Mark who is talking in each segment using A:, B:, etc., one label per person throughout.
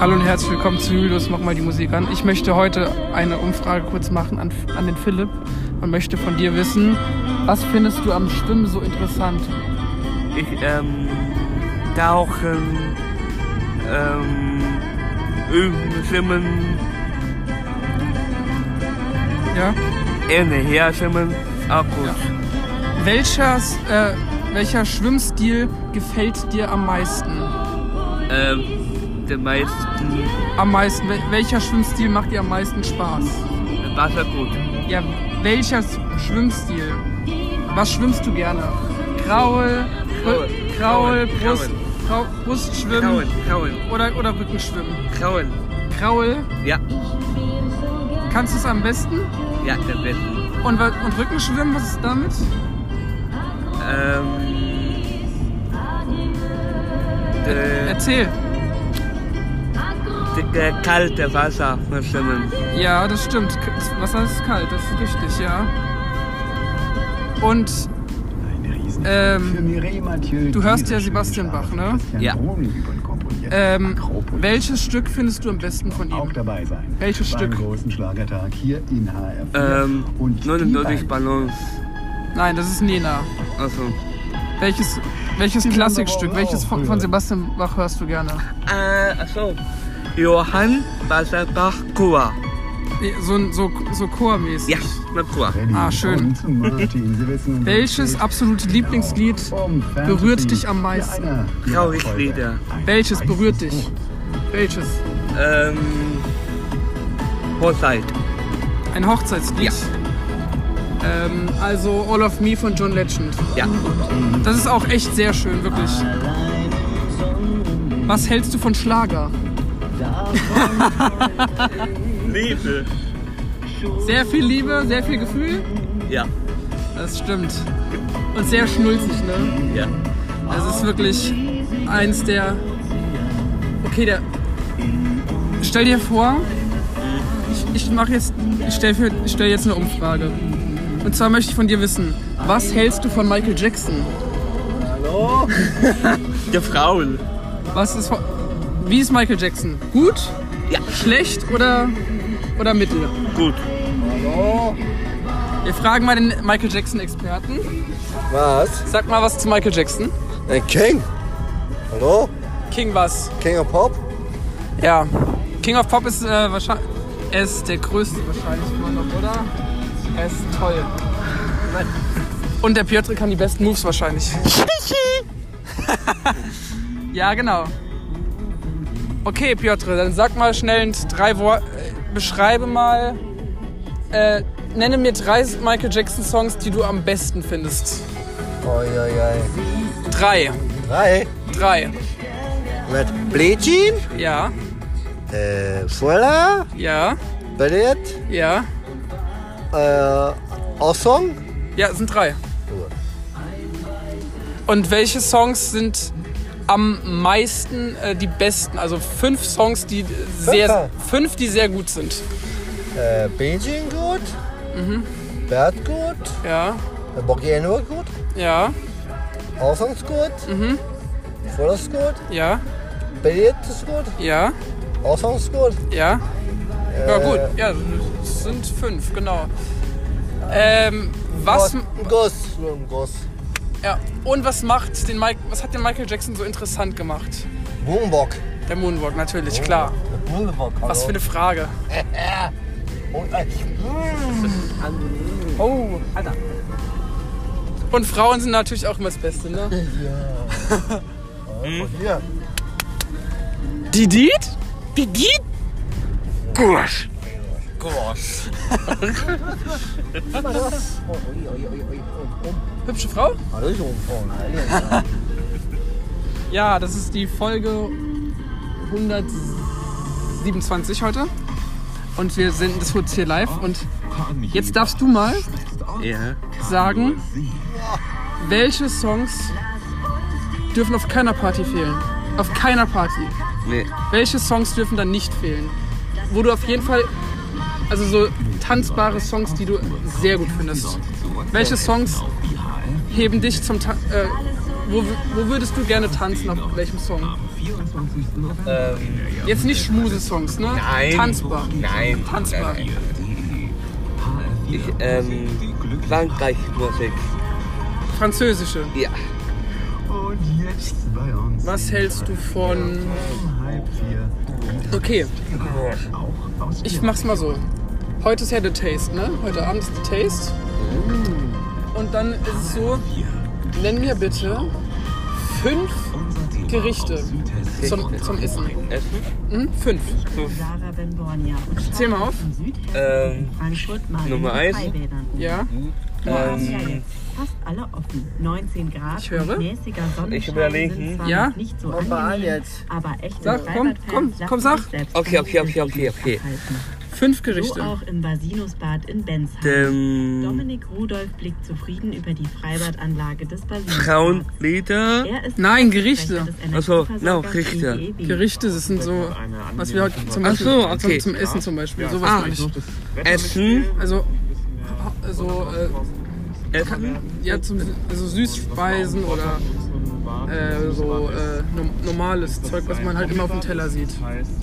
A: Hallo und herzlich willkommen zu Julius, mach mal die Musik an. Ich möchte heute eine Umfrage kurz machen an, an den Philipp und möchte von dir wissen, was findest du am Schwimmen so interessant?
B: Ich, ähm, tauchen, ähm, üben, schwimmen,
A: Ja?
B: in den Her schwimmen. Auch gut.
A: Welcher, äh, welcher Schwimmstil gefällt dir am meisten?
B: Ähm, den meisten
A: Am meisten, wel- welcher Schwimmstil macht dir am meisten Spaß?
B: Wasser gut.
A: Ja, welcher S- Schwimmstil? Was schwimmst du gerne? Kraul, Kraul,
B: Kraul.
A: Kraul
B: Kraul.
A: Brust, Krau, Brustschwimmen
B: Kauen, kauen,
A: oder, oder Rückenschwimmen?
B: kauen.
A: Kraul,
B: Ja,
A: kannst du es am besten?
B: ja, den besten.
A: Und, wa- und Rückenschwimmen, was ist damit?
B: Ähm, der,
A: Erzähl.
B: der, der kalte Wasser mit schwimmen.
A: Ja, das stimmt. K- Was heißt kalt? Das ist richtig, ja. Und ähm, du hörst ja Sebastian Bach, ne?
B: Ja.
A: Ähm,
C: Welt
A: welches Stück findest du am besten von
C: auch
A: ihm?
C: dabei sein.
A: Welches
C: Beim
A: Stück? Äh,
C: großen Schlagertag hier in HRF.
B: Ähm,
C: und
B: nur
C: die
B: durch
C: beiden-
B: Ballons.
A: Nein, das ist Nena.
B: Also.
A: Welches, welches
C: Die
A: Klassikstück,
C: wunderbare
A: welches von, von
C: Aufrührung.
A: Sebastian Bach hörst du gerne?
B: Äh, achso. Johann Wasserbach Kua.
A: Nee, So, ein- so, so chormäßig.
B: Ja, mit Kua.
C: Freddy
A: Ah, schön.
C: Und Martin, Sie wissen,
A: Welches absolute Lieblingslied?
C: Vom Fernsehen.
A: berührt dich am meisten?
C: Ja, einer ihrer
B: Traurig
C: Erfolge.
B: Lieder.
C: Ein
A: Welches
C: weißes
A: berührt dich?
C: Buch.
A: Welches?
B: Ähm. Hochzeit.
A: Ein Hochzeitslied. Ähm, also All of Me von John Legend.
B: Ja.
A: Das ist auch echt sehr schön, wirklich. Was hältst du von Schlager?
B: Liebe.
A: Sehr viel Liebe, sehr viel Gefühl.
B: Ja,
A: Das stimmt. Und sehr schnulzig, ne?
B: ja.
A: Das ist wirklich eins der. Okay, der. Stell dir vor, ich, ich mache jetzt. Ich stelle für- ich stell jetzt eine Umfrage. Und zwar möchte ich von dir wissen, was hältst du von Michael Jackson?
B: Die Frauen.
A: Was ist von, Wie ist Michael Jackson? Gut?
B: Ja.
A: Schlecht oder, oder mittel?
B: Gut.
A: Wir fragen mal den Michael Jackson-Experten.
D: Was?
A: Sag mal was zu Michael Jackson.
D: Ein King? Hallo?
A: King was?
D: King of Pop?
A: Ja. King of Pop ist äh, wahrscheinlich. Er ist der größte wahrscheinlich immer noch, oder? Er ist toll. Und der Piotr kann die besten Moves wahrscheinlich. ja, genau. Okay, Piotr, dann sag mal schnell in drei Worte. Beschreibe mal. Äh, nenne mir drei Michael Jackson-Songs, die du am besten findest.
D: Oi, oi, oi.
A: Drei.
D: Drei.
A: Drei.
D: Mit Bleachin,
A: Ja,
D: äh, Thriller,
A: ja,
D: Ballett,
A: ja.
D: äh, Awesome.
A: Ja, es sind drei. Und welche Songs sind am meisten äh, die besten? Also fünf Songs, die sehr, fünf, die sehr gut sind.
D: Äh, Beijing gut.
A: Mhm.
D: Bert gut.
A: Ja,
D: Äh, Boggy Annual gut.
A: ja,
D: Awesome ist gut. Mhm. Thriller ist gut.
A: ja,
D: Ballett ist gut.
A: ja,
D: Awesome ist gut. Äh,
A: ja. Ja, gut, ja, es sind fünf, genau. Ähm, was,
D: Guss. Guss.
A: ja, und was macht den Mike, was hat den Michael Jackson so interessant gemacht?
D: Boombock.
A: Der Moonwalk, natürlich, klar.
D: Boombock.
A: Was für eine Frage.
D: Und ein
A: Oh, Alter. Und Frauen sind natürlich auch immer das Beste, ne? Mhm.
D: Und Oh, hier.
A: Didit? Didit? Gosh.
B: Gosh.
A: Hübsche Frau?
D: Hallo,
A: Ja, das ist die Folge 127 heute. Und wir senden das jetzt hier live. Und jetzt darfst du mal
B: Ja.
A: sagen, welche Songs dürfen auf keiner Party fehlen. Auf keiner Party.
B: Nee.
A: Welche Songs dürfen dann nicht fehlen? Wo du auf jeden Fall, also so tanzbare Songs, die du sehr gut findest. Welche Songs heben dich zum Ta äh, Wo, wo würdest du gerne tanzen? Auf welchem Song?
B: Ähm,
A: Jetzt nicht Schmuse-Songs, ne?
B: nein.
A: Tanzbar.
B: Nein.
A: Tanzbar.
B: Nein, nein. Ich, ähm, Frankreich-Musik.
A: Französische.
B: Ja.
C: Und jetzt bei uns.
A: Was hältst du von.
C: Um halb vier.
A: Okay,
C: Auch aus
A: ich mach's mal so. Heute ist ja The Taste, ne? Heute Abend ist The Taste. Und dann ist es so: Nenn mir bitte fünf Gerichte zum, zum Essen.
B: Essen?
A: Hm? Fünf.
E: Sarah Benbornia und
A: Zähl mal auf.
E: Charlotte im Südhessen,
B: Ähm,
E: Frankfurt, Main,
B: Nummer eins. Ähm,
E: Freibädern.
A: Ja.
E: Haben ja jetzt fast alle offen. 19 Grad,
A: Ich höre.
E: und mäßiger Sonnenschein
B: Ich überlege,
E: sind
B: hm?
E: zwar
A: Ja.
E: noch nicht so
D: Komm, beeil
E: angenehm,
D: jetzt.
E: aber echte
A: Sag, komm,
E: Freibadfans
A: komm,
E: lassen
A: komm, sag.
E: sich selbst
B: Okay, okay,
E: nicht
B: okay, okay,
E: durch
B: okay.
E: den Wind abhalten.
A: Fünf
E: So
A: Gerichte.
E: auch im Basinusbad in Bensheim.
B: Dem
E: Dominik Rudolf blickt zufrieden über die Freibad-Anlage des Basinusbads.
B: Frauenlieder.
E: Er ist
A: Nein, Gerichte.
E: Sprecher des
B: Ach so,
E: Energieversorgers E
B: no, Richter.
E: DGB.
A: Gerichte, das sind so, was wir heute zum
B: Ach
A: Beispiel
B: so, okay.
A: zum, zum Essen zum Beispiel, sowas
B: Ah.
A: meine ich.
B: Essen.
A: Also, also äh,
B: Essen.
A: ja, zum, also Süßspeisen oder äh, so äh, nom- normales Zeug, was man halt immer auf dem Teller sieht.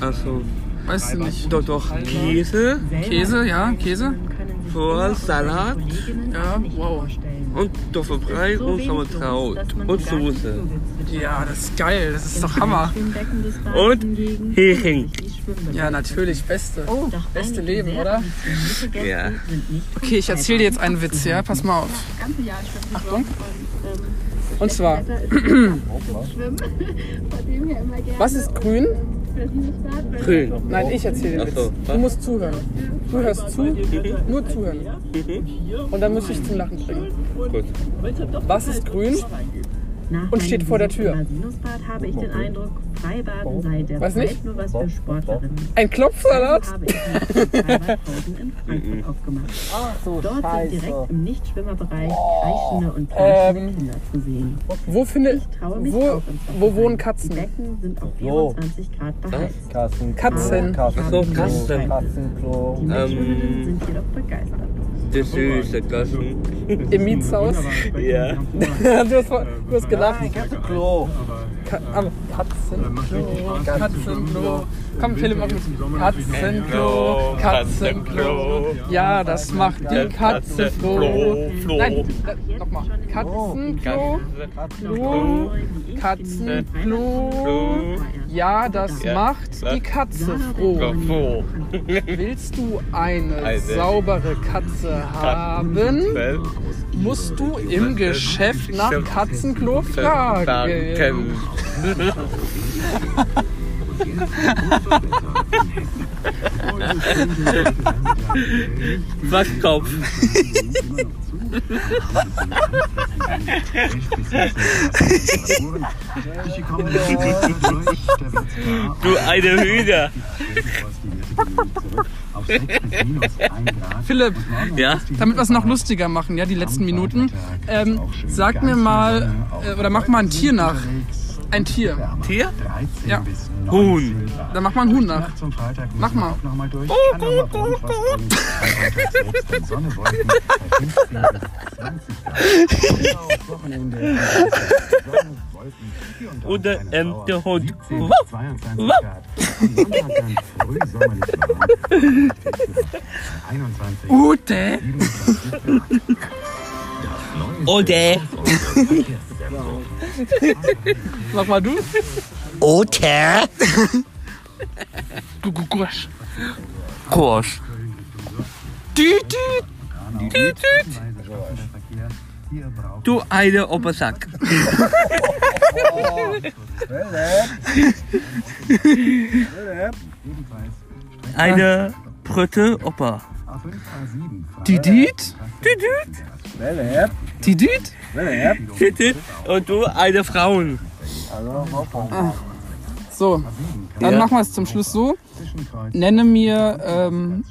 B: Also,
A: Weißt du nicht?
B: doch, doch. Käse
E: Selber
A: Käse, ja, Käse.
E: können sich
B: Vor
E: Ulla und ihre
B: Salat.
E: Kolleginnen
A: Ja,
E: auch nicht
A: wow. oh,
E: vorstellen.
B: und Kartoffelbrei
E: Es ist
B: und
E: wenig los, dass
B: Sauerkraut
E: man
B: und
E: sogar die
B: Soße.
E: Zugewitz wird.
A: Ja, das ist geil, das ist
E: Im
A: doch Hammer.
E: Schwimmbecken des Bades
B: Und
E: hingegen
B: Hering.
E: finden sich die Schwimmbereiche.
A: Ja, natürlich, beste. Oh,
E: Doch
A: beste
E: einige
A: Leben,
E: sehr
A: oder?
E: ambitionierte Gäste
B: Ja.
E: sind nicht
A: Okay, ich erzähle dir jetzt einen Witz, ja? Pass mal auf.
E: das ganze Jahr schwimmen.
A: Achtung.
E: Und,
A: Und zwar,
E: Ähm, Wetter ist
F: schwimmen. Von dem her immer gerne.
A: was ist grün?
F: Baden, weil
B: Grün.
A: Nein, ich erzähle den
B: Ach so,
A: Witz.
B: was?
A: Du musst zuhören. Du hörst zu, nur zuhören. Und dann muss ich zum Lachen bringen.
B: Gut.
A: Was ist grün?
E: Nach
A: Und steht
E: meinem
A: vor der
E: Besuch
A: Tür.
E: im Basinusbad habe ich den Eindruck, Freibaden sei
A: Weiß
E: derzeit
A: nicht.
E: nur was für Sportlerinnen.
A: Ein Klopfsalat?
E: habe ich die Freibadhausen in Frankfurt aufgemacht. Dort sind direkt im Nichtschwimmerbereich kreischende und planschende
A: Ähm.
E: Kinder zu sehen.
A: Wo findet.
E: Ich traue mich
A: Wo,
E: auch ins Wasser
A: wo
E: rein.
A: wohnen
E: Die
A: Katzen?
E: Becken sind auf
D: So.
E: 24 Grad beheizt.
D: Kassen.
A: Katzen.
D: Kassen.
B: so, Kassen.
E: Die
D: Katzenklo.
E: Mitschwimmerinnen
B: Ähm.
E: sind jedoch begeistert.
B: Das süße Kassen.
A: Im Mietshaus?
B: Ja.
A: du, hast, vor- du hast gelacht.
D: Katzenklo.
A: Ka aber Katzenklo, Katzenklo. Komm, Philipp, mach mit. Katzenklo, Katzenklo. Ja, das macht die Katze froh. Nein, da- nochmal. Katzenklo, Klo, Katzenklo. Ja, das
B: Ja,
A: macht die
B: was?
A: Katze froh.
B: Froh.
A: Willst du eine
B: Also-
A: saubere Katze haben, musst du im Geschäft nach Katzenklo fragen.
B: Danken. Was Kopf? Du eine Hühner.
A: Philipp,
B: Ja?
A: damit wir es noch lustiger machen, ja, die letzten Minuten, ähm, sag mir mal, äh, oder mach mal ein Tier nach. Ein Tier.
B: Tier?
A: Ja.
B: Huhn.
A: Dann mach mal ein Huhn nach.
C: Zum Freitag
A: Mach mal.
C: Noch mal
B: Oh,
C: durch. Kann noch mal Brot was bringen. Freitag selbst in Sonne, Wolken, bei 15 bis 20 Grad. Genau, Wochenende. Sonne, Wolken, hier und da
B: Oder,
C: ein kleiner
B: ähm,
C: Schauer.
B: der Hund.
C: 17 bis 22 Grad. Am Sonntag dann früh sommerlich warm. 21
B: Uh.
A: Ute!
C: 27 Grad.
B: Oder?
A: Sag mal du.
B: Oder?
A: Du Gugusch.
B: Kurs.
A: Düt, düt.
B: Du eine Obersack. Eine Brütte Opa.
A: Die Diet?
D: Welle,
A: Die Diet?
D: Welle.
B: Und du eine Frauen.
A: So, dann machen wir es zum Schluss so. Nenne mir ähm,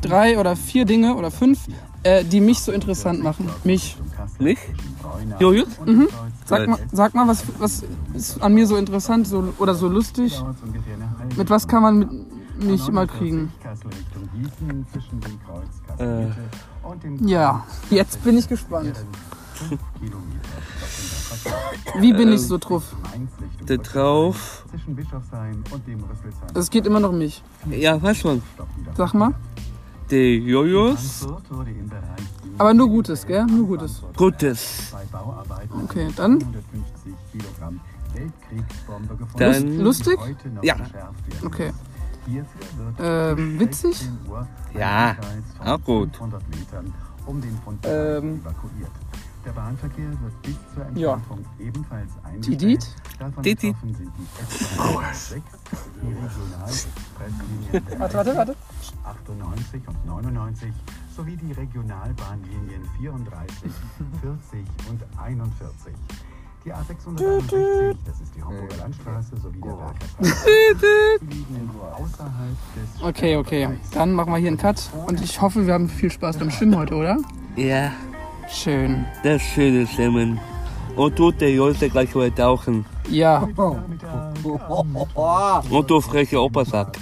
A: drei oder vier Dinge oder fünf, äh, die mich so interessant machen. Mich.
B: Nicht? Jojut?
A: Sag mal, sag mal was, was ist an mir so interessant so, oder so lustig? Mit was kann man mit, mich immer kriegen?
B: Äh.
A: Ja, jetzt bin ich gespannt. Wie bin ich so drauf?
B: Da drauf.
C: Zwischen Bischofsheim und dem Rüsselsheim.
A: Es geht immer noch um mich.
B: Ja, weiß schon.
A: Sag mal.
B: Die Jojos.
C: Frankfurt wurde im Bereich
A: Aber nur Gutes, gell? Nur Gutes.
B: Gutes.
C: bei Bauarbeiten
A: Okay, dann.
C: 150 Kilogramm Weltkriegsbombe gefunden.
B: Dann.
A: Lustig?
C: Heute noch
B: Ja.
C: geschärft werden.
A: Okay.
C: Hierfür wird
A: Ähm, witzig?
C: 16 Uhr ein
B: Ja,
C: Umkreis von
B: auch gut.
C: 500 Metern um den Fundbereich
A: Ähm.
C: evakuiert. Der Bahnverkehr wird bis zur
A: Ja.
C: Entschärfung ebenfalls eingestellt.
A: Didit?
C: Davon
B: Didit.
C: betroffen sind die S-Bahn 6, die Regional- Presslinien
A: Warte, warte, warte.
C: 98 und 99 sowie die Regionalbahnlinien 34, 40 und 41. Die A661, das ist die Homburger Landstraße sowie der Bergstraße, liegen außerhalb des
A: Okay, okay. Dann machen wir hier einen Cut. Und ich hoffe, wir haben viel Spaß beim Schwimmen heute, oder?
B: Ja,
A: Schön.
B: das schöne Schwimmen. Und du, der Jose gleich heute tauchen.
A: Ja.
D: Oh, oh, oh, oh.
B: Und du freche Opa sagt.